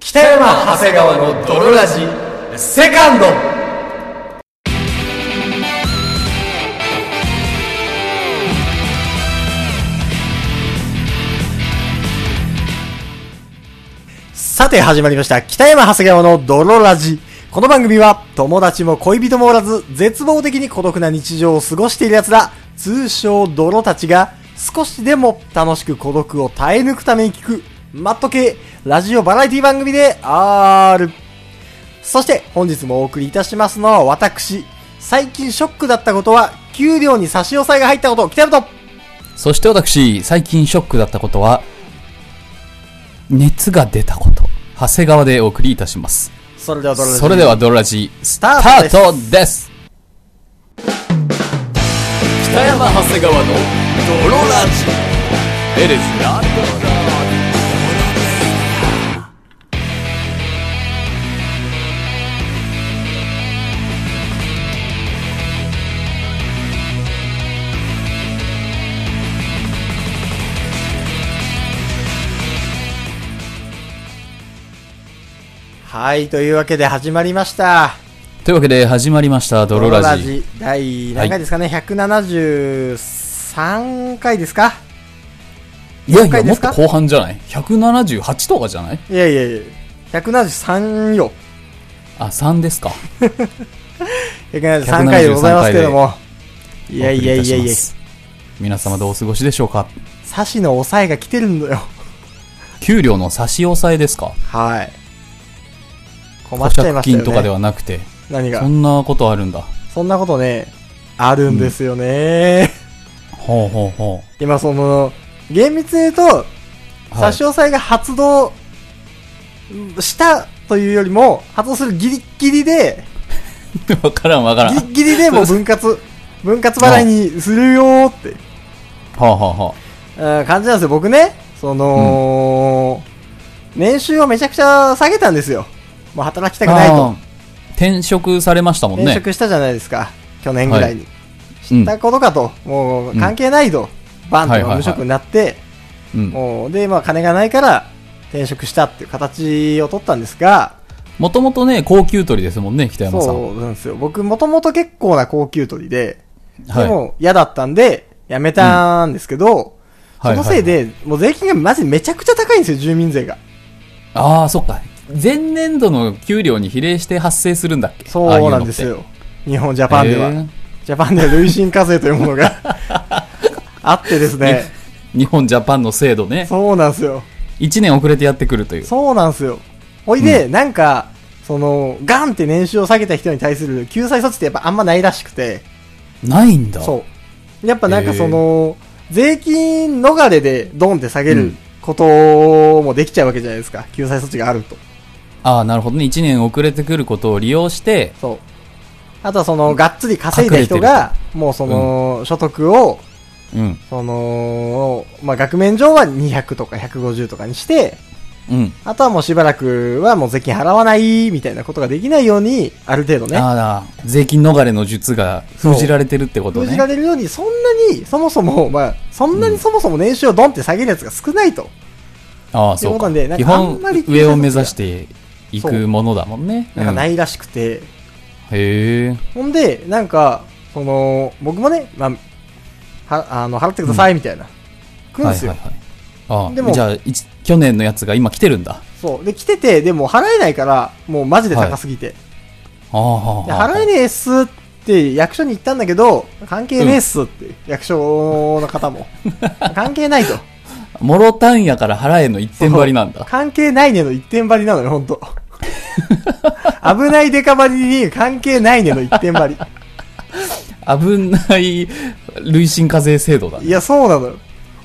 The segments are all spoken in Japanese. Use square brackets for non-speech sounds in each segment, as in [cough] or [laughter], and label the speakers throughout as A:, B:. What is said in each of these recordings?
A: 北山長谷川の泥ラジセカンドさて始まりました北山長谷川の泥ラジこの番組は友達も恋人もおらず絶望的に孤独な日常を過ごしている奴ら通称泥たちが少しでも楽しく孤独を耐え抜くために聞くマット系ラジオバラエティ番組であるそして本日もお送りいたしますのは私最近ショックだったことは給料に差し押さえが入ったこと北山と
B: そして私、最近ショックだったことは、熱が出たこと。長谷川でお送りいたします。
A: それではど
B: それではドロラジ、
A: ス
B: ス
A: タ
B: タ
A: ー
B: ー
A: ト
B: トです北山長谷川のドロラジ。It is not
A: はいというわけで始まりました
B: というわけで始まりました、ドロラジ。
A: 第何回ですかね、173回ですか
B: いやい
A: 今回
B: や、
A: で
B: も
A: す
B: っ
A: か
B: と後半じゃない ?178 とかじゃない
A: いやいやいや173よ
B: あ、3ですか。
A: 173回でございますけどもい
B: い
A: やいやいやいや
B: 皆様どうお過ごしでしょうか
A: 差しの抑えが来てるんだよ
B: 給料の差し押さえですか
A: はい困
B: 保
A: っちゃいました
B: 釈
A: よ、
B: 金
A: ね、
B: とかではなくて、
A: 何が
B: そんなことあるんだ。
A: そんなことね、あるんですよね。
B: ほうほうほ
A: 今その、厳密に言うと、
B: う。は
A: 差
B: い
A: し押さえが発動したというよりも、発動するギリッギリで、
B: [laughs] わからんわからん。
A: ギ
B: は
A: リッギリでもう分
B: [laughs]
A: 割、分割払いにするよーって
B: あ、はあは
A: うん感じなんですよ。僕ね、その、年収をめちゃくちゃ下げたんですよ。もう働きたくない
B: あ
A: と。
B: あ転職されましたもん
A: 転
B: ね。
A: 職したじゃないですか。去年ぐらいに。
B: うん
A: たことかと、もう関係ないと、バン
B: はい
A: と
B: はいはい
A: 無職になって、
B: うん
A: もう、で、まあ金がないから転職したっていう形を取ったんですが、
B: もともとね、高級取りですもんね、北山さん。
A: そうなんですよ。僕、もともと結構な高級取りで、で
B: はい。
A: も嫌だったんで、辞めたんですけど、
B: はい
A: そのせいで、もう税金がまずめちゃくちゃ高いんですよ、住民税が。
B: ああ、そっか。前年度の給料に比例して発生するんだっけああい
A: そう
B: の
A: なん
B: って
A: ですよ。日本、ジャパンでは。
B: へえ
A: ジャパンでは累進課税というもの
B: [laughs]
A: があってですね、
B: 日本ジャパンの制度ね。
A: そうなんですよ。
B: 1年遅れてやってくるという。
A: そうなんですよ。ほいで、なんか、その、ガンって年収を下げた人に対する救済措置ってやっぱあんまないらしくて、
B: ないんだ。
A: そう。やっぱなんかその、税金逃れでドンって下げることもできちゃうわけじゃないですか。救済措置があると。
B: ああ、なるほどね。1年遅れてくることを利用して、
A: そう。あとはその、がっつり稼いだ人が、もうその、所得を、
B: うん。
A: その、まあ、額面上は200とか150とかにして、
B: うん。
A: あとはもうしばらくはもう税金払わないみたいなことができないように、ある程度ね。
B: ああ、税金逃れの術が封じられてるってこと
A: 封
B: ね。
A: じられるように、そんなに、そもそも、まあ、そんなにそもそも年収をドンって下げるやつが少ないと。
B: ああ、そう
A: ってことな
B: か。
A: んでなんか
B: 基
A: あん
B: 本
A: まり、
B: 上を目指していくものだもんね。
A: なんかな
B: うん
A: いらしくて。
B: へえ。
A: ほんで、なんか、その、僕もね、まあ、は、あの、払ってくださいみたいな。来るん
B: は
A: で
B: い
A: すよ。
B: はいはい。あ
A: でも
B: あ、じゃあ、いち去年のやつが今来てるんだ。
A: そう。で、来てて、でも払えないから、もうマジで高すぎて。
B: ああ、
A: で払えねえっすって役所に行ったんだけど、関係ねえっすって、役所の方
B: [laughs]
A: も。関係ないと。
B: もろ単やから払えの一点張りなんだ。
A: 関係ないねの一点張りなのよ、ほん
B: [laughs]
A: と。危ないデカ張りに関係ないねの一点張り。
B: 危ない、累進課税制度だね
A: い。や、そうなのよ。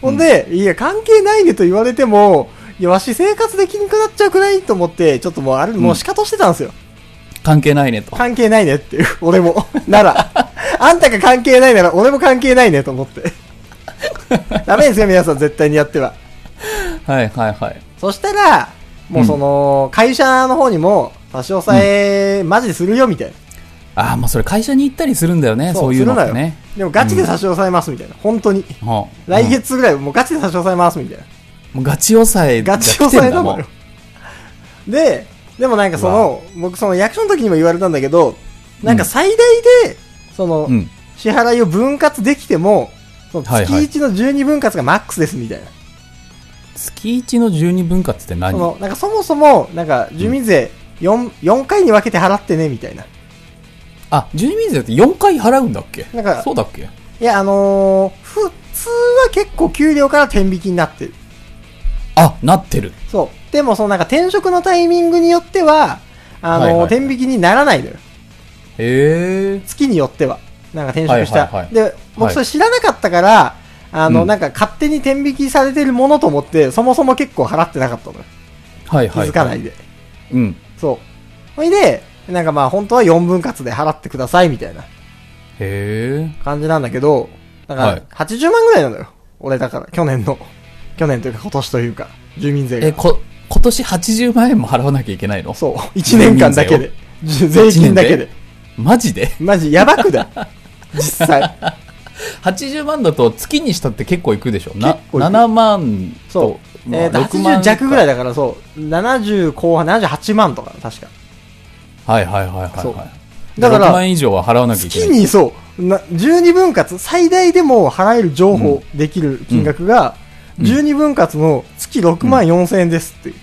A: ほんで、いや、関係ないねと言われても、いや、わし生活できなくなっちゃうくないと思って、ちょっともうあれ、もう仕方してたんですよ。
B: 関係ないねと。
A: 関係ないねっていう、俺も。 [laughs] なら、あんたが関係ないなら俺も関係ないねと思って。
B: [laughs]
A: ダメですよ、皆さん、絶対にやっては。
B: はいはいはい。
A: そしたら、もうその、会社の方にも、差し押さえ、マジでするよ、みたいな。
B: ああ、まあそれ会社に行ったりするんだよね、そういうのってね。
A: するのよでもガチで差し押さえます、みたいな。本当に。
B: はあ
A: 来。月ぐらい、もうガチで差し押さえます、みたいな。
B: うんもうガチ押さえ
A: ガ
B: が
A: チ
B: 来
A: 押
B: て
A: さ
B: ん
A: えな
B: だも
A: のよ
B: ん。。
A: で、でもなんかそうの、僕その役所の時にも言われたんだけど、なんか最大で、その、
B: うん。
A: 支払いを分割できても、その
B: はい
A: 月
B: はい
A: 1の12分割がマックスですみたいな。
B: 月1の12分割って何
A: そのなんかそもそも、なんか住民税 4, 四回に分けて払ってねみたいな。
B: あ、12分割って4回払うんだっけ
A: なんか
B: そうだっけ
A: いや、あのー普通は結構給料から天引きになってる。
B: あ、なってる。
A: そう。でも、そのなんか転職のタイミングによっては、あのー
B: はいはいはい
A: 天引きにならないのよ。
B: へえ。
A: 月によっては。なんか転職した。
B: はいはいはい
A: で、僕それ知らなかったから、あの、
B: うん
A: なんか勝手に天引きされてるものと思って、そもそも結構払ってなかったのよ。
B: はい
A: 気
B: はい。
A: づかないで。
B: うん。
A: そう。ほいで、なんかまあ本当は4分割で払ってくださいみたいな
B: へえ。
A: 感じなんだけど、だか
B: は
A: ら
B: い
A: 80万ぐらいなのよ。俺だから、去年の。去年というか今年というか、住民税が。
B: え、こ、今年80万円も払わなきゃいけないの
A: そう。1年間だけで。じ税金だけで。
B: マジで [laughs]
A: マジ、やばくだ。実際。
B: ?80 万だと月にしたって結構いくでしょな
A: 結構いく
B: 7万
A: そ
B: と、
A: う。えっと、80弱ぐらいだからそう。70後半、78万とか、確か。
B: はいはいはいはい、
A: そう
B: はい。
A: だから
B: 6万円以上は払わなきゃいけ
A: 月
B: ない。
A: にそう、な12分割、最大でも払える情報できる金額が、
B: うん
A: 12分割の月6万4千円ですっていう。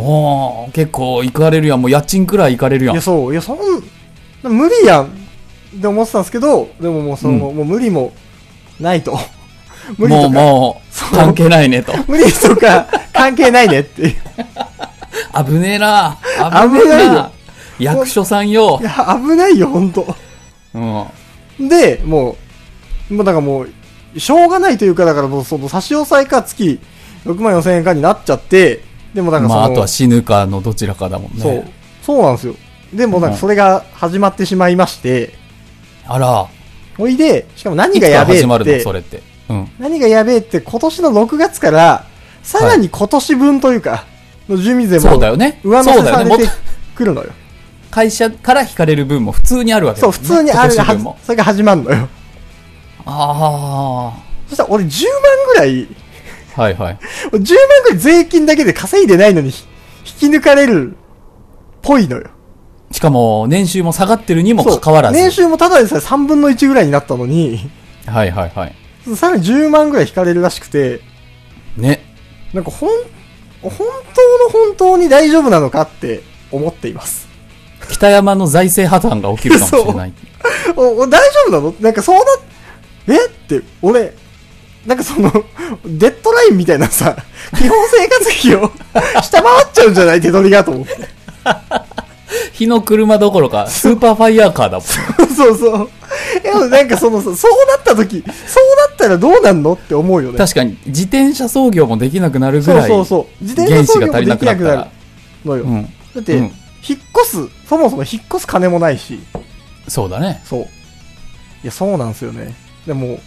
B: おお結構行かれるやん。もう家賃くらい行かれるや
A: い
B: ん
A: や、。そう、いや、そん、無理やんって思ってたんですけど、でももうその、
B: う
A: もう無理もないと。 [laughs] 無理
B: もう
A: とか、
B: も
A: そう
B: う、関係ないねと。
A: 無理とか関係ないねっていう。
B: 危ねえな
A: 危ねえな
B: 役所さんよ
A: い。や、危ないよ、ほんと。
B: うん。
A: で、もう、もうだからもう、しょうがないというか、だからもうその差し押さえか月6万4千円かになっちゃって、でもだからそ
B: ま
A: の、
B: あ、あとは死ぬかのどちらかだもんね。
A: そう。そうなんですよ。でもなんかそれが始まってしまいまして、
B: あら、
A: おいで、しかも何
B: いつ
A: が
B: か
A: や
B: ら
A: べえ
B: 始ま
A: っ
B: るの
A: て、
B: それって。うん。
A: 何がやべえって今年の6月から、さらに今年分というか、の住民税
B: そう
A: も
B: だよね。
A: 上乗
B: そう
A: せ
B: だ
A: さ
B: よね。も
A: れ
B: ってと
A: くるのよ。
B: 会社から引かれる分も普通にあるわけだ
A: そう、
B: も
A: 普
B: んね
A: 通にある
B: 今年
A: は
B: 分
A: ず
B: も。
A: それが始まるのよ。
B: あ
A: そしたら俺10万ぐらい、
B: あ。はいはい。
A: 10万ぐらい税金だけで稼いでないのに、引き抜かれる、ぽいのよ。
B: しかも、年収も下がってるにもかかわらず。
A: 年収もただでさえ3分の1ぐらいになったのに、
B: はいはいはい。
A: さらに10万ぐらい引かれるらしくて、
B: ね。
A: なんかほん、本当の本当に大丈夫なのかって思っています。
B: 北山の財政破綻が起きるかもしれない。
A: おお大丈夫なのなんかそうな、えって、俺、なんかその、デッドラインみたいなさ、基本生活費を [laughs] 下回っちゃうんじゃない手取りがと思って。
B: 火の車どころか、スーパーファイヤーカーだもん。
A: [laughs] そうそう。でもなんかその、そうなった時、そうなったらどうなんのって思うよね。
B: 確かに、自転車操業もできなくなるぐ
A: そう
B: らい、
A: そうそう。自転車
B: 原
A: 操
B: 資
A: 業
B: が
A: も
B: 足
A: で
B: り
A: きな
B: な
A: く
B: くな
A: な
B: っ
A: る
B: たら。
A: のよ。
B: うん
A: だって、
B: うん
A: 引っ越す、そもそも引っ越す金もないし、
B: そうだね。
A: そう。いや、そうなんですよね。でも、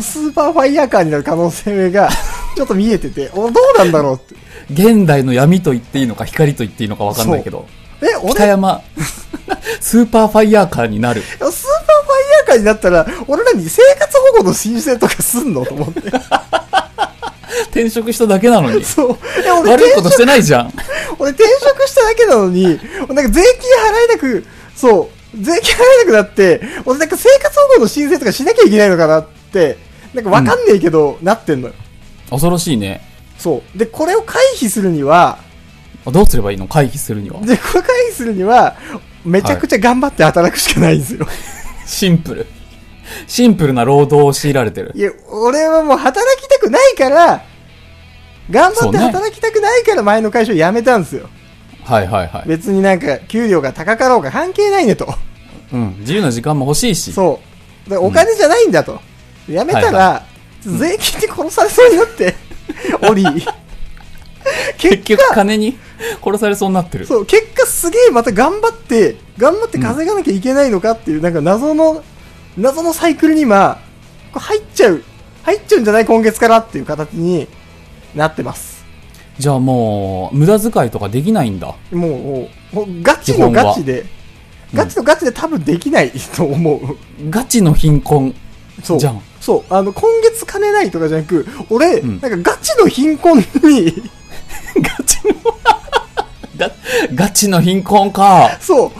A: スーパーファイヤーカーになる可能性が、ちょっと見えてて、おどうなんだろうって。
B: 現代の闇と言っていいのか、光と言っていいのか分かんないけど、
A: え、
B: 北
A: 俺、 [laughs]
B: 山、スーパーファイヤーカーになる。
A: スーパーファイヤーカーになったら、俺らに生活保護の申請とかすんのと思って。
B: 転職しただけなのに。
A: そう。え、 [laughs] 俺、
B: 悪い
A: 転
B: こと
A: 職、
B: してないじゃん。
A: 俺転職しただけなのに、なんか税金払えなく、そう、税金払えなくなって、俺なんか生活保護の申請とかしなきゃいけないのかなって、なんかわかんねえけど、なってんのよ。
B: 恐ろしいね。
A: そう。で、これを回避するには、
B: どうすればいいの回避するには。
A: で、これ回避するには、めちゃくちゃ頑張って働くしかないん
B: [laughs]
A: ですよ。
B: シンプル。シンプルな労働を強いられてる
A: い、。や、俺はもう働きたくないから、頑張
B: そう
A: って
B: ね
A: 働きたくないから前の会社を辞めたんですよ。
B: はいはいはい。
A: 別になんか給料が高かろうが関係ないねと。
B: うん。自由な時間も欲しいし。
A: そう。でお金じゃないんだと。辞めたら、
B: は
A: 税金で殺されそうになって、おり。
B: [laughs] 結
A: 結
B: 局
A: 果、
B: 金に殺されそうになってる。
A: そう、結果すげえまた頑張って、頑張って稼がなきゃいけないのかっていう、なんか謎の、謎のサイクルに今、こう入っちゃう、入っちゃうんじゃない今月からっていう形になってます。
B: じゃあもう、無駄遣いとかできないんだ。
A: もう、もうもうガチのガチで、
B: 基本は
A: ガチのガチで多分できないと思う。
B: ガチの貧困。
A: そう。
B: じゃん
A: そう。あの、今月金ないとかじゃなく、俺、
B: うん
A: なんかガチの貧困に、
B: ガチのガ、ガチの貧困か。
A: [laughs] そう。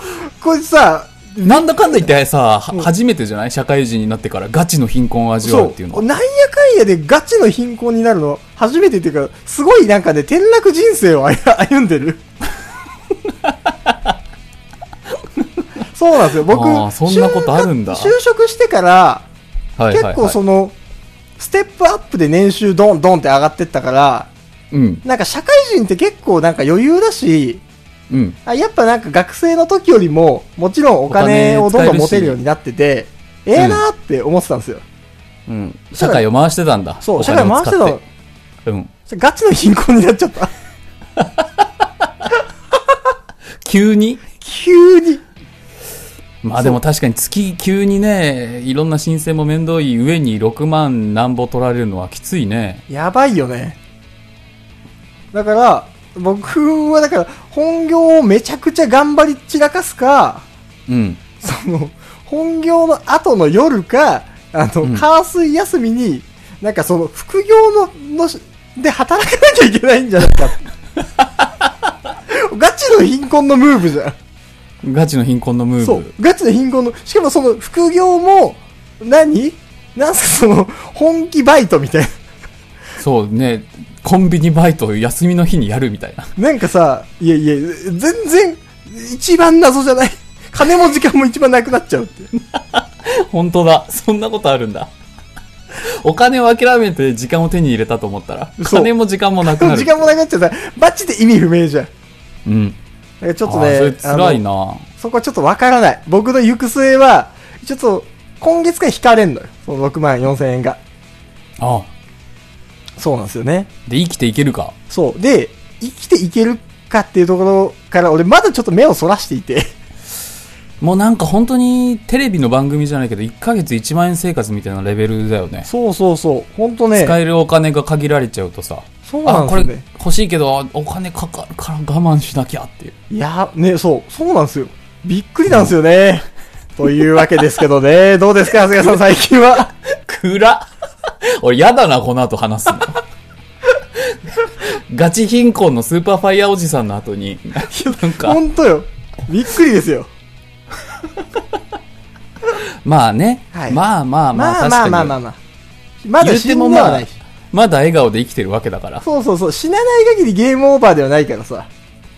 A: これさ、
B: なんだかんだ言ってさ、は初めてじゃない社会人になってからガチの貧困を味わうっていうの
A: そ
B: は
A: う。。なんやかんやでガチの貧困になるの、初めてっていうか、すごいなんかね、転落人生を歩歩んで
B: [laughs]
A: る。そうなんですよ。僕、
B: あーそんなことあるんだ
A: 就活就職してから、
B: はいはい、はい。
A: 結構その、ステップアップで年収ドンドンって上がってったから、
B: うん。
A: なんか社会人って結構なんか余裕だし、
B: うん。
A: あやっぱなんか学生の時よりも、もちろんお金をどんどん持てるようになってて、ええなーって思ってたんですよ。
B: うん。社会を回してたんだ。
A: そう、
B: お
A: 社
B: 金
A: 会
B: を
A: 回してた
B: 使っ
A: の。
B: うん。
A: それガチの貧困になっちゃった。 [laughs]
B: 急に
A: 急に。
B: まあでも確かに月急にね、いろんな申請も面倒い上に6万なんぼ取られるのはきついね。
A: やばいよね。だから、僕はだから、本業をめちゃくちゃ頑張り散らかすか、
B: うん。
A: その、本業の後の夜か、あの、
B: うん
A: 火水休みに、なんかその、副業の、のし、で働かなきゃいけないんじゃない
B: [laughs]
A: かって。ガチの貧困のムーブじゃん。
B: ガチの貧困のムーブ。
A: そう、ガチの貧困の、しかもその副業も、何なんすかその、本気バイトみたい
B: そうね、コンビニバイトを休みの日にやるみたいな。
A: な。なんかさ、いやいや、全然、一番謎じゃない。金も時間も一番なくなっちゃうって。
B: 本当だ。そんなことあるんだ。お金を諦めて時間を手に入れたと思ったら、
A: そう
B: 金も時間もなくなる。
A: 時間もなくなっちゃうさ、バチで意味不明じゃん。だ
B: うん。
A: からち
B: ち
A: ょっとね、
B: それ辛い
A: あの
B: な
A: そこはちょっとわからない。僕の行く末は、ちょっと、今月から引かれんのよ。その6万4千円が。
B: ああ。
A: そうなんですよね。
B: で、生きていけるか。
A: そう。で、生きていけるかっていうところから、俺まだちょっと目をそらしていて。
B: もうなんか本当にテレビの番組じゃないけど、1ヶ月1万円生活みたいなレベルだよね。
A: そうそうそう。ほんとね。
B: 使えるお金が限られちゃうとさ、
A: そうな
B: あ、
A: ん
B: こ
A: で
B: れ
A: すよね。
B: 欲しいけど、お金かかるから我慢しなきゃっていう。
A: いや、ね、そう。そうなんですよ。びっくりなんですよね。というわけですけど [laughs] ね。どうですか、長谷川さん、最近は。
B: 暗っ [laughs] 俺やだな、この後話すの。 [laughs] ガチ貧困のスーパーファイヤーおじさんの後に、 [laughs] なん
A: ほ
B: か、
A: んとよ。びっくりですよ。
B: まあね、
A: はい
B: まあまあま
A: ま
B: あ、
A: あ
B: 確
A: ま
B: か
A: あ
B: に、
A: まあまあまあ。まだ
B: 言う
A: 死
B: て
A: んで
B: も
A: は
B: まあ
A: ない。
B: まだ笑顔で生きてるわけだから、
A: そうそうそう。死なない限りゲームオーバーではないからさ。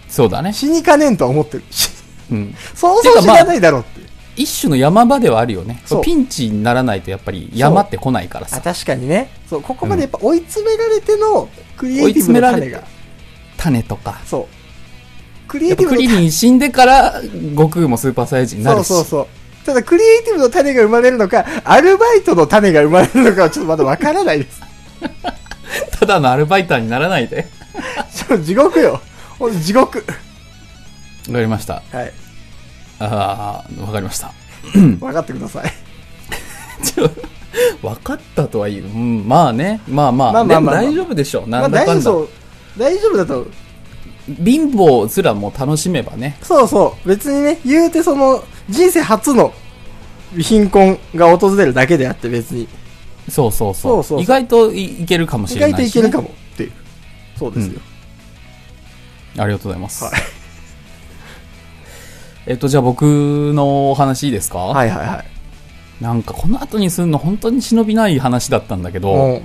B: そうだね。
A: 死にかねんとは思
B: [laughs]
A: ってる。し
B: うん。
A: そう
B: て
A: そう
B: か
A: 死
B: まあ
A: なないだろうって。
B: 一種の山場ではあるよね
A: そう。
B: ピンチにならないとやっぱり山って来ないから
A: あ、
B: さ。
A: 確かにね。そう、ここまでやっぱ追い詰められての、クリエイティブの種
B: 追い詰めら
A: が
B: れ。種とか。
A: そう。クリエイ
B: やっ
A: テ
B: ぱ
A: ィブ
B: ク
A: の
B: リリン死んでから、悟空もスーパーサイヤ人にな
A: そ
B: る
A: う
B: し。
A: そうそう。ただ、クリエイティブの種が生まれるのか、アルバイトの種が生まれるのかはちょっとまだわからない
B: [laughs]
A: です。
B: ただのアルバイターにならないで。
A: ちょ地獄よ。ほんと地獄。
B: わかりました。
A: はい。
B: ああ、わかりました。
A: 分かってください。
B: ちょ分かったとは言う。うん、まあね。まあまあ。
A: まあまあまあまあ
B: でも大丈夫でしょう。
A: ま
B: な
A: あ、
B: んだ
A: 大
B: かんだ。
A: 丈夫そう。大丈夫だと。
B: 貧乏すらも楽しめばね。
A: そうそう。別にね、言うてその、人生初の貧困が訪れるだけであって別に。
B: そうそ
A: そ
B: うそう。
A: うそうそう
B: 意外といいけるかもし
A: 意
B: れな
A: 外
B: いし
A: と
B: ね、
A: いけるかもっていう。そうですよ。
B: ありがとうございます。
A: はい
B: [laughs] えっと、じゃあ僕のお話いいですか
A: はいはいはい。
B: なんかこの後にするの本当に忍びない話だったんだけど、
A: うん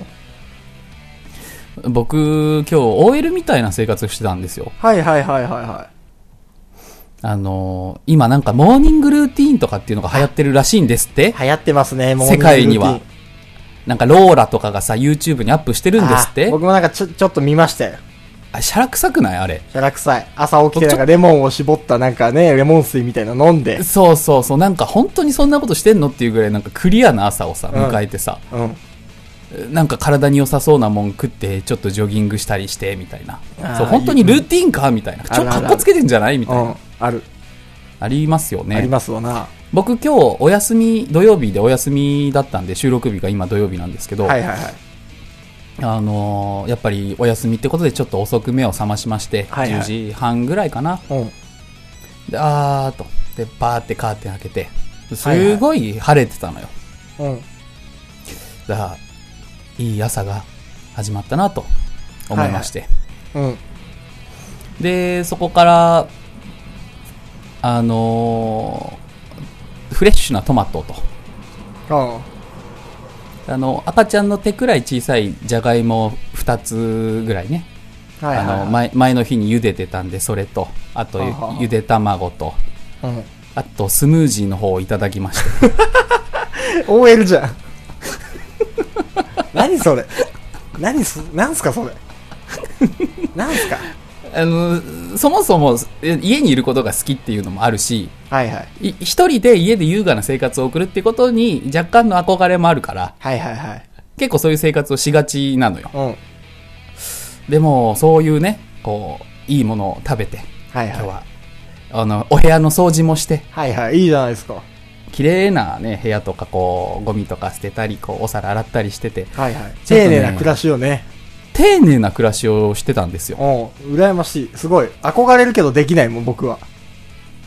B: 僕今日 OL みたいな生活をしてたんですよ。
A: はいはいはいはいは
B: あのー今なんかモーニングルーティーンとかっていうのが流行ってるらしいんですって
A: い。流行ってますね、もう。
B: 世界には。なんかローラとかがさ、YouTube にアップしてるんですっ
A: あ
B: て
A: 僕もなんかちょちょっと見ましたよ。
B: あれ、シャラ臭くないあれ。
A: キャラ臭い。朝起きてなんかレモンを絞ったなんかね、レモン水みたいなの飲んで。
B: そうそうそう、なんか本当にそんなことしてんのっていうぐらいなんかクリアな朝をさ、
A: うん
B: 迎えてさ、
A: うん。
B: なんか体に良さそうなもん食って、ちょっとジョギングしたりして、みたいな
A: あー。
B: そう、本当にルーティンかみたいな。ち
A: あ
B: ょ、
A: るあるあ
B: か
A: る
B: っこつけてんじゃないみ
A: う
B: たいな。
A: ん。ある。
B: ありますよ
A: あり
B: ね。
A: ますわな。
B: 僕今日お休み、土曜日でお休みだったんで、収録日が今土曜日なんですけど、
A: はいはいはい。
B: あのーやっぱりお休みってことでちょっと遅く目を覚ましまして、
A: はいはい
B: 10時半ぐらいかな。
A: うん。
B: であーっと。で、バーってカーテン開けて、
A: はいはい
B: すごい晴れてたのよ。
A: うん。
B: だからいい朝が始まったなと思いまして。
A: うん。
B: で、そこから、あのーフレッシュなトマトと、
A: あ
B: あの、赤ちゃんの手くらい小さいじゃがいも2つぐらいね、
A: あ。はいはい、はい。
B: あの前前の日に茹でてたんでそれとあと
A: はあはあ
B: ゆで卵と
A: うん、
B: あとスムージーの方をいただきました
A: OL じゃ
B: [laughs]
A: ん。何それ何す、なんすかそれ。なんすか
B: あのそもそもえ家にいることが好きっていうのもあるし
A: はいはい。
B: い一人で家で優雅な生活を送るってことに若干の憧れもあるから
A: はいはいはい。
B: 結構そういう生活をしがちなのよ
A: うん。
B: でもそういうねこういいものを食べて
A: はい
B: 今日
A: は
B: はあのお部屋の掃除もして
A: い。はいはい。いいじゃないですか。
B: 綺麗なね部屋とかこうゴミとか捨てたりこうお皿洗ったりしてて
A: はいはい。
B: ちょっ
A: 丁
B: とね
A: 寧な暮らしをね。
B: 丁寧な暮らしをしてたんですよ
A: うん。羨ましい。すごい。憧れるけどできないもん、僕は。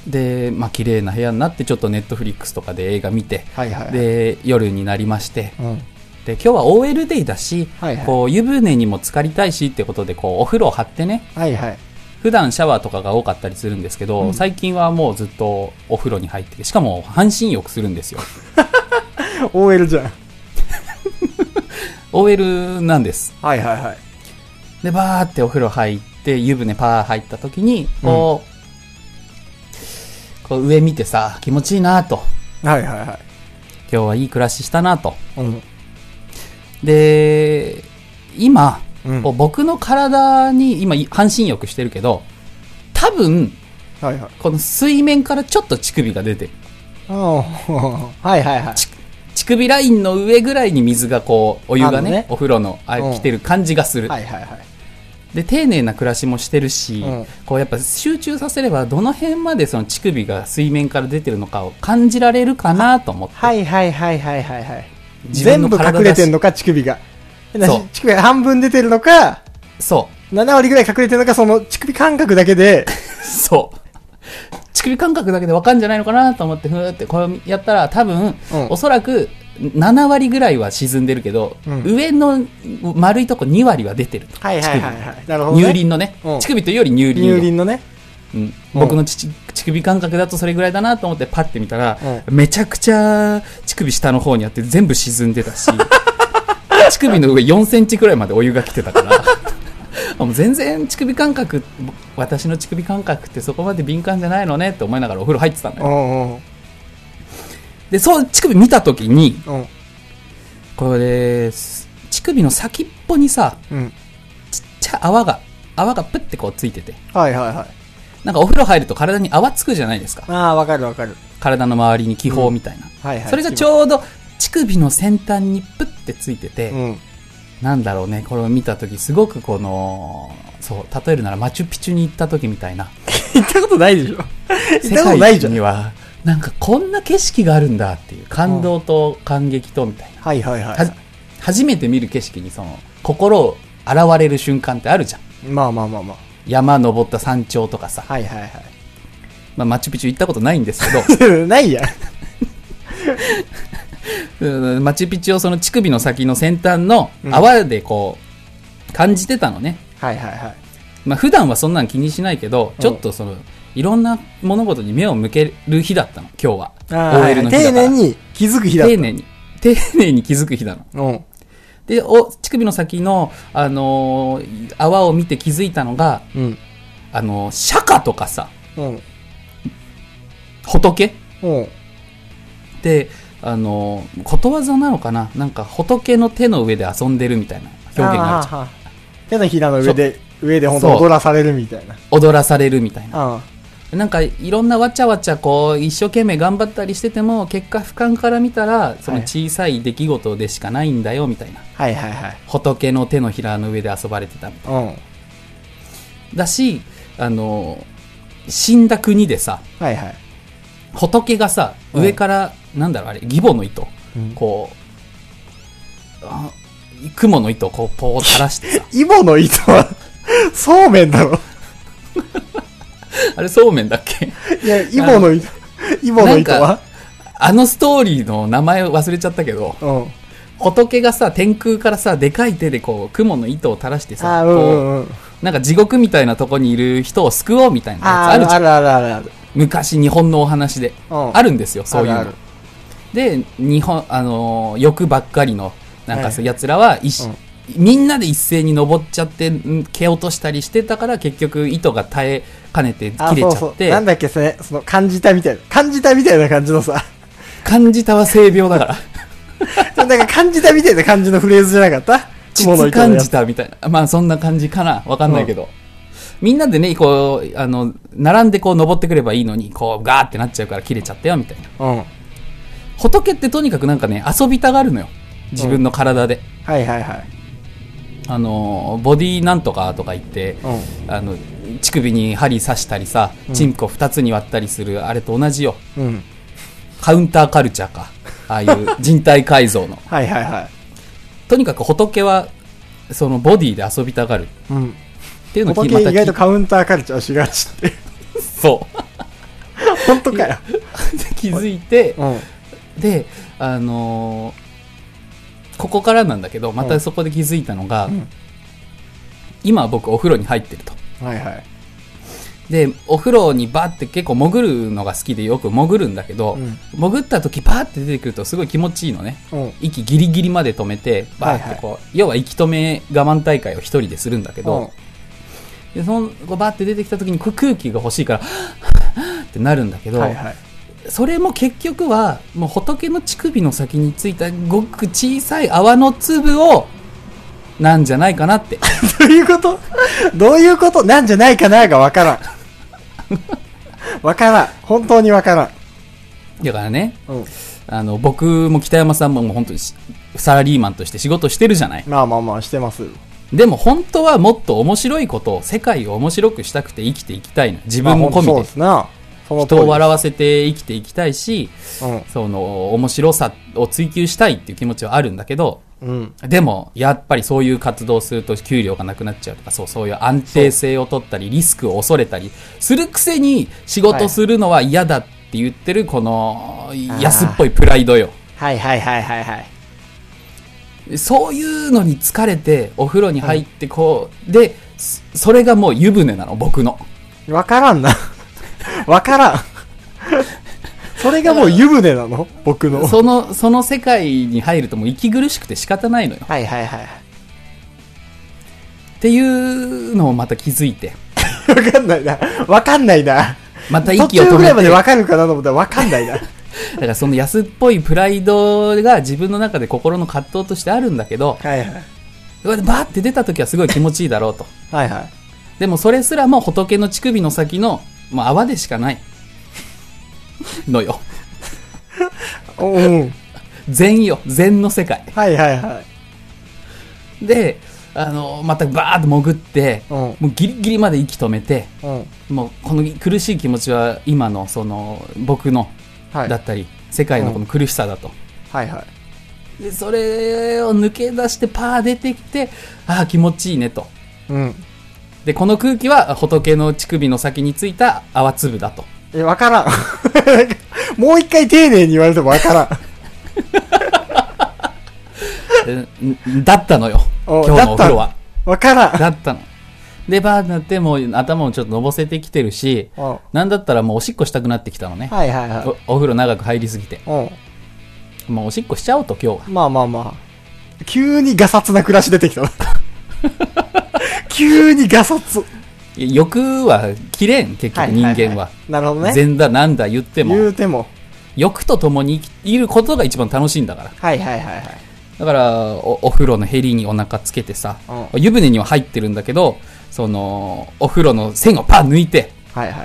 B: で、まあ綺麗な部屋になって、ちょっとネットフリックスとかで映画見て、
A: はいはい。、
B: で、夜になりまして、
A: うん。
B: で、今日は OL デイだし、
A: はいはい
B: こう湯船にも浸かりたいしってことで、こうお風呂を張ってね、
A: はいはい。
B: 普段シャワーとかが多かったりするんですけど、
A: うん
B: 最近はもうずっとお風呂に入ってて、しかも半身浴するんですよ。
A: OL じゃん。
B: OL なんです。
A: はいはいはい。
B: で、バーってお風呂入って、湯船パー入った時に、こう、こう上見てさ、気持ちいいなと、
A: はいはいは
B: 今日はいい暮らししたなと、
A: い。うん。
B: で、今、
A: うん
B: こう僕の体に、今、い半身浴してるけど、多分、
A: はいはい。
B: この水面からちょっと乳首が出てる。
A: うん。はいはいはい。
B: ち乳首ラインの上ぐらいに水がこう、お湯が
A: あの
B: ね、
A: ね
B: お風呂の、あ
A: うん
B: 来てる感じがする、
A: はいはいはい。
B: で、丁寧な暮らしもしてるし、
A: うん
B: こうやっぱ集中させれば、どの辺までその乳首が水面から出てるのかを感じられるかなと思って。
A: はいはいはいはいはいはい。
B: 自分
A: 全
B: の
A: 部
B: 体だし
A: 隠れてんのか、乳首が。
B: そう
A: 乳首が半分出てるのか、
B: そ
A: 7割ぐらい隠れてるのか、その乳首感覚だけで、
B: う。そう。乳首感覚だけでわかんじゃないのかなと思って、ふーってこうやったら、多分、
A: うん
B: おそらく7割ぐらいは沈んでるけど、
A: うん
B: 上の丸いとこ2割は出てると。
A: [laughs] はいはいはいはい。なるほど、
B: 乳
A: ね。
B: 輪のね、
A: うん
B: 乳首というより乳輪
A: 乳
B: よ
A: 輪のね。
B: うん僕の乳乳首感覚だとそれぐらいだなと思ってパッて見たら、
A: う
B: めちゃくちゃ乳首下の方にあって全部沈んで
A: [laughs]
B: たし乳首の上4センチくらいまでお湯が来てたからもう全然乳首感覚私の乳首感覚ってそこまで敏感じゃないのねって思いながらお風呂入ってたの
A: う
B: よ
A: んうん。
B: でそう乳首見た時に
A: うん。
B: これす乳首の先っぽにさ
A: うん。
B: ちっちゃい泡が泡がプッてこうついてて
A: はいはいはい。
B: なんかお風呂入ると体に泡つくじゃないですか
A: ああ、わかるわかる。
B: 体の周りに気泡みたいな、
A: はいはい。
B: それがちょうど乳首の先端にプッてついてて、
A: うん。
B: なんだろうねこれを見た時すごくこのそう例えるならマチュピチュに行った時みたいな
A: 行ったことないでしょ。行っ
B: 世
A: たことない
B: 界
A: じゃん。
B: にはなんかこんな景色があるんだっていう感動と感激とみたいな、
A: はいはいは
B: はじ初めて見る景色にその心を洗われる瞬間ってあるじゃん
A: い。まあまあまあまあ。
B: 山登った山頂とかさ、
A: はいはいは
B: まあ、マチュピチュ行ったことないんですけど
A: い。 [laughs] ないやん。
B: うんマチュピチュをその乳首の先の先端の泡でこう、感じてたのね。
A: はいはいはい。
B: まあ普段はそんなん気にしないけど
A: う、ん
B: ちょっとその、いろんな物事に目を向ける日だったの、今日は。
A: あーはい
B: OL の日
A: 丁
B: だか
A: 寧
B: ら
A: に気づく日だった
B: 丁。寧に。丁寧に気づく日な
A: う
B: の。
A: ん。
B: で、お、乳首の先の、あのー泡を見て気づいたのが、
A: うん。
B: あのー釈迦とかさ、
A: うん。
B: 仏
A: うん。
B: って、あのーことわざなのかななんか仏の手の上で遊んでるみたいな表現があるじゃん。
A: あー手のひらの上で、上で本当
B: そう
A: 踊らされるみたいな。
B: 踊らされるみたいな。
A: あ
B: なんかいろんなわちゃわちゃこう一生懸命頑張ったりしてても結果俯瞰から見たらその小さい出来事でしかないんだよみたいな、
A: あはいはいはい。
B: 仏の手のひらの上で遊ばれてた
A: うん。
B: だしあの死んだ国でさ
A: はいはい。
B: 仏がさ
A: うん
B: 上から、なんだろうあれ義母の糸
A: うん
B: こうあ雲の糸をこうポー垂らしてさ
A: イボの糸は、そうめんだろ。
B: [laughs] あれそうめんだっけ
A: いや、イボの糸、イボの糸は
B: あのストーリーの名前忘れちゃったけど
A: うん。
B: 仏がさ天空からさでかい手でこう雲の糸を垂らしてさ
A: あーう
B: こ
A: んうんうん。
B: うなんか地獄みたいなとこにいる人を救おうみたいなやつ
A: あー
B: あ
A: あ
B: る
A: る
B: じゃんあ
A: あるあるあるある。
B: 昔日本のお話で、
A: うん
B: あるんですよそういうの
A: あるある
B: で日本、あのー欲ばっかりのなんか
A: はい
B: そうやつらは、いし
A: うん
B: みんなで一斉に登っちゃってん蹴落としたりしてたから結局糸が耐えかねて切
A: あ、
B: れち
A: そう
B: ゃ
A: そ
B: っ
A: う。
B: て
A: なんだっけ、それ、その、感じたみたいな。感じたみたいな感じのさ。 [laughs]
B: 感じたは性病だから
A: なんか感じたみたいな感じのフレーズじゃなかった雲の
B: 実
A: 糸の
B: 感
A: や
B: じ
A: つ。
B: たみたいな。まあそんな感じかな。わかんないけど。みんなでね、こう、あの、並んでこう登ってくればいいのに、こうガーってなっちゃうから切れちゃったよみたいな。
A: うん。はい
B: 仏ってとにかくなんかね、遊びたがるのよ。自分の体で。
A: はいはい。
B: あの、ボディなんとかとか言って、あの、乳首に針刺したりさ、チンコ二つに割ったりする、あれと同じよ。
A: うん。うん。
B: カウンターカルチャーか。ああいう人体改造の。
A: はいはいはい。
B: とにかく仏は、そのボディで遊びたがる。
A: うん。
B: っていうのを
A: 仏
B: きまた
A: 意外と
B: 聞
A: カウンターカルチャーしがちって。 [laughs]
B: いそう。
A: 本当かよ。
B: って気づいて、
A: うん。
B: で、あのーここからなんだけど、またそこで気づいたのが、
A: ん
B: 今僕お風呂に入ってると。
A: はいはい。
B: で、お風呂にバーって結構潜るのが好きでよく潜るんだけど、
A: うん
B: 潜った時バーって出てくるとすごい気持ちいいのね。
A: うん。
B: 息ギリギリまで止めて、バーってこう、要は息止め我慢大会を一人でするんだけど、でそのこうバーって出てきた時にこう空気が欲しいから、ってなるんだけ
A: う
B: ど、
A: ん。はいはい。 [laughs]
B: それも結局はもう仏の乳首の先についたごく小さい泡の粒をなんじゃないかなって [laughs]
A: どういうことどういうことなんじゃないかながわ
B: [laughs]
A: からん。わからん。本当にわからん。
B: だからね
A: うん。
B: あの僕も北山さんももう本当にしサラリーマンとして仕事してるじゃない
A: まあまあまあ、してますよ。
B: でも本当はもっと面白いことを世界を面白くしたくて生きていきたいの自分も
A: まあほ
B: 込
A: んとそう
B: み
A: で
B: です
A: な。その通
B: 人
A: り
B: を笑わせて生きていきたいしその面白さを追求したいっていう気持ちはあるんだけど
A: うん。うん。
B: でも、やっぱりそういう活動をすると給料がなくなっちゃうとか、そう、そういう安定性を取ったり、リスクを恐れたり、するくせに仕事するのは嫌だって言ってる、この、安っぽいプライドよ。
A: はいはいはいはいはい。
B: そういうのに疲れて、お風呂に入ってこう、で、そそれがもう湯船なの、僕の。
A: わからんな。 [laughs] わからん。それがもう湯船なの僕の。
B: その、その世界に入るともう息苦しくて仕方ないのよ。
A: はいはいはい。
B: っていうのをまた気づいて、
A: [laughs] わかんないな。わかんないな。
B: また
A: 途
B: 息を
A: 中
B: 止
A: ぐら
B: め
A: いまで
B: て、
A: わかるかなと思ったらわかん [laughs] ないな。
B: だからその安っぽいプライドが自分の中で心の葛藤としてあるんだけど、
A: はいはい。
B: うわバーって出た時はすごい気持ちいいだろうと。
A: はいはい。
B: でもそれすらも仏の乳首の先の、まあ、泡でしかない。のよ。
A: おうん。
B: 禅よ。禅の世界。
A: はいはいはい。
B: で、あの、またバーって潜って、
A: うん
B: もうギリギリまで息止めて、
A: うん。
B: もうこの苦しい気持ちは今のその僕の
A: はい。
B: だったり、世界のこの苦しさだと。
A: はいはい。
B: で、それを抜け出してパー出てきて、ああ、気持ちいいねと。
A: うん。
B: で、この空気は仏の乳首の先についた泡粒だと。
A: え、わからん。 [laughs] なんかもう一回丁寧に言われてもわからん。
B: えんだったのよ。今
A: お
B: 日のお風呂は。
A: わからん。
B: だったの。で、バーってなって、もう頭もちょっとのぼせてきてるし、
A: お
B: なんだったらもうおしっこしたくなってきたのね。
A: はいはいはい。
B: おお風呂長く入りすぎて。
A: う
B: もうおしっこしちゃおうと今日は。
A: ん。まあまあまあ。急にガサツな暮らし出てきた
B: [laughs]
A: な。急にガサツ。
B: いや欲は切れん、結局人間は。
A: なるほどね。
B: 善だなんだ言って
A: 言
B: も、
A: うても。
B: 欲と共に生きいることが一番楽しいんだから。
A: はいはいはいはい。
B: だからお、お風呂のヘリにお腹つけてさ、
A: う
B: 湯船には入ってるんだけど、その、お風呂の線をパン抜いて、
A: はいは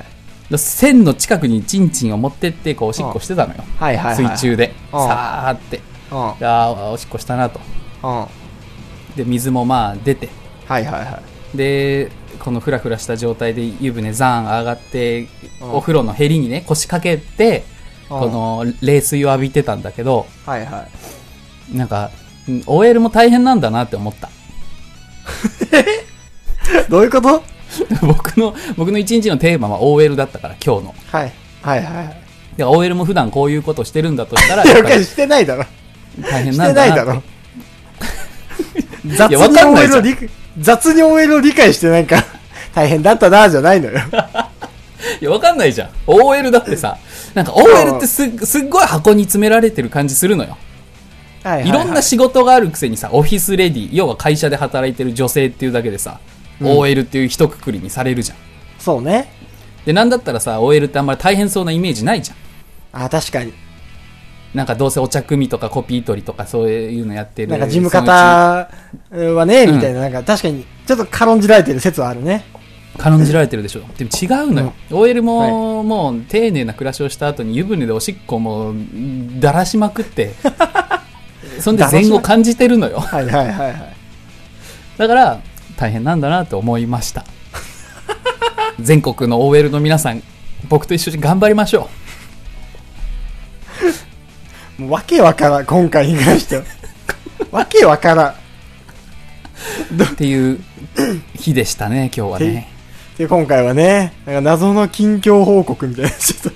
A: い。
B: 線の近くにチンチンを持ってって、こう、おしっこしてたのよ。
A: はいはいはい。
B: 水中で。
A: うん
B: さーって。
A: うん。うん。
B: であーおしっこしたなと。
A: は
B: で、水もまあ出て。
A: いはいはい。
B: で、このふらふらした状態で湯船ザーン上がって、
A: うん
B: お風呂のへりにね、腰掛けて、
A: うん
B: この冷水を浴びてたんだけど、
A: はいはい。
B: なんか、うん OL も大変なんだなって思った。 [laughs]
A: どういうこと
B: 僕の、僕の一日のテーマは OL だったから、今日の。
A: はい。はいはいはい。
B: で、OL も普段こういうことしてるんだとしたら、
A: い
B: や
A: や、
B: っ
A: お
B: ぱ
A: かし
B: り
A: いしてないだろ。
B: 大変
A: し
B: な
A: て
B: ん
A: な
B: だ
A: い
B: なって
A: だろ。雑
B: いやわ
A: に
B: かんないじ
A: OL
B: ゃ
A: を [laughs]
B: ん [laughs]
A: 理、雑に OL を理解してなんか、大変だったな、じゃないのよ。
B: いや、わかんないじゃん。OL だってさ、なんか OL ってすすっごい箱に詰められてる感じするのよ。
A: はい
B: ろんな仕事があるくせにさ、オフィスレディ、要は会社で働いてる女性っていうだけでさ、
A: うん
B: OL っていう一括りにされるじゃん。
A: そうね。
B: で、なんだったらさ、OL ってあんまり大変そうなイメージないじゃん。
A: あ、確かに。
B: なんかどうせお茶組とかコピー取りとかそういうのやってる。
A: なんか事務
B: そのう
A: 方はね、みたいな、なんか確かに、ちょっと軽んじられてる説はあるね。
B: ち軽んじられてるでしょ。でも違うのよ。OL も、もう丁寧な暮らしをした後に湯船でおしっこもだらしまく [laughs] って、そんで前後感じてるのよ。
A: はいはいはいはい。
B: だから、大変なんだなと思いました。全国の OL の皆さん、僕と一緒に頑張りましょ
A: もうわけわからん、今回に関 [laughs] しては。わけわからん。っ
B: うっていう日でしたね、 [laughs] 今日はね。
A: て今回はね、なんか謎の近況報告みたいな、ちょっと。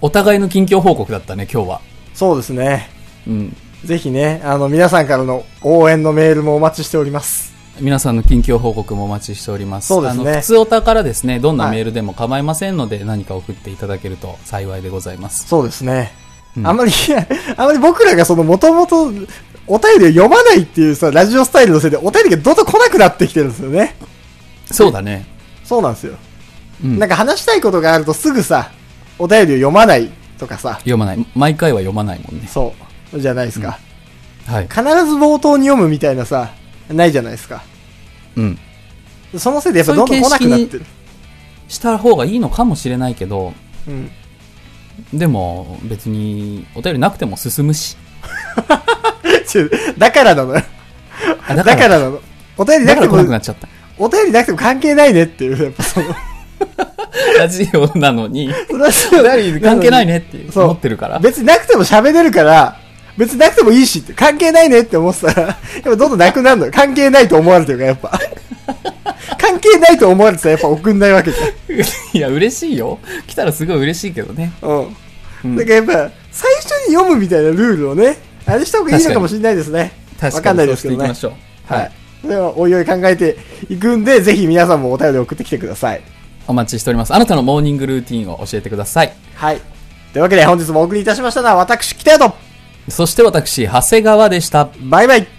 B: お互いの近況報告だったね、今日は。
A: そうですね。
B: うん。
A: ぜひね、あの、皆さんからの応援のメールもお待ちしております。
B: 皆さんの近況報告もお待ちしております。
A: そうですね
B: あの、普通おたからですね、どんなメールでも構いませんので、何か送っていただけると幸いでございます。
A: そうですね。
B: うん
A: あんまり、 [laughs] あんまり僕らがその、もともと、お便りを読まないっていうさ、ラジオスタイルのせいで、お便りがどんどん来なくなってきてるんですよね。
B: そうだね。
A: そうなんですよ。
B: うん
A: なんか話したいことがあるとすぐさ、お便りを読まないとかさ、
B: 読まない。毎回は読まないもんね。
A: そう、じゃないですか。
B: はい。
A: 必ず冒頭に読むみたいなさ、ないじゃないですか。
B: うん。
A: そのせいでやっぱどんどん来なくなってる。
B: した方がいいのかもしれないけど、
A: うん。
B: でも別にお便りなくても進むし。
A: ちょ [laughs] だからなのよ。[laughs]
B: あ
A: だ
B: だ
A: か
B: からら、
A: なの。お便りな
B: だ
A: く
B: か
A: て
B: ら来なくな
A: も、
B: っちゃった。
A: お便りなくても関係ないねっていう、やっ
B: [laughs]
A: ぱその、
B: ラジオなのに、
A: ラジオなのに
B: 関係ないねって
A: そう
B: 思ってるから。
A: 別になくても喋れるから、別になくてもいいしって、関係ないねって思ってたら、やっぱどんどんなくなるのよ。関係ないと思われてるから、やっぱ。
B: [laughs]
A: 関係ないと思われてたらやっぱ送んないわけじゃん。
B: [laughs] いや、嬉しいよ。来たらすごい嬉しいけどね。
A: うん。
B: うん
A: だからやっぱ、最初に読むみたいなルールをね、あれした方がいいのかもしれないですね。わ
B: 確
A: か
B: か
A: ん
B: に
A: ないで
B: そう
A: す
B: し
A: け
B: てい
A: ど
B: き
A: ね
B: ま。しょう。は
A: はいい。。それはおいおい考えていくんで、ぜひ皆さんもお便り送ってきてください。
B: お待ちしております。あなたのモーニングルーティンを教えてください。
A: はい。というわけで本日もお送りいたしましたのは私、北谷と、
B: そして私、長谷川でした。
A: バイバイ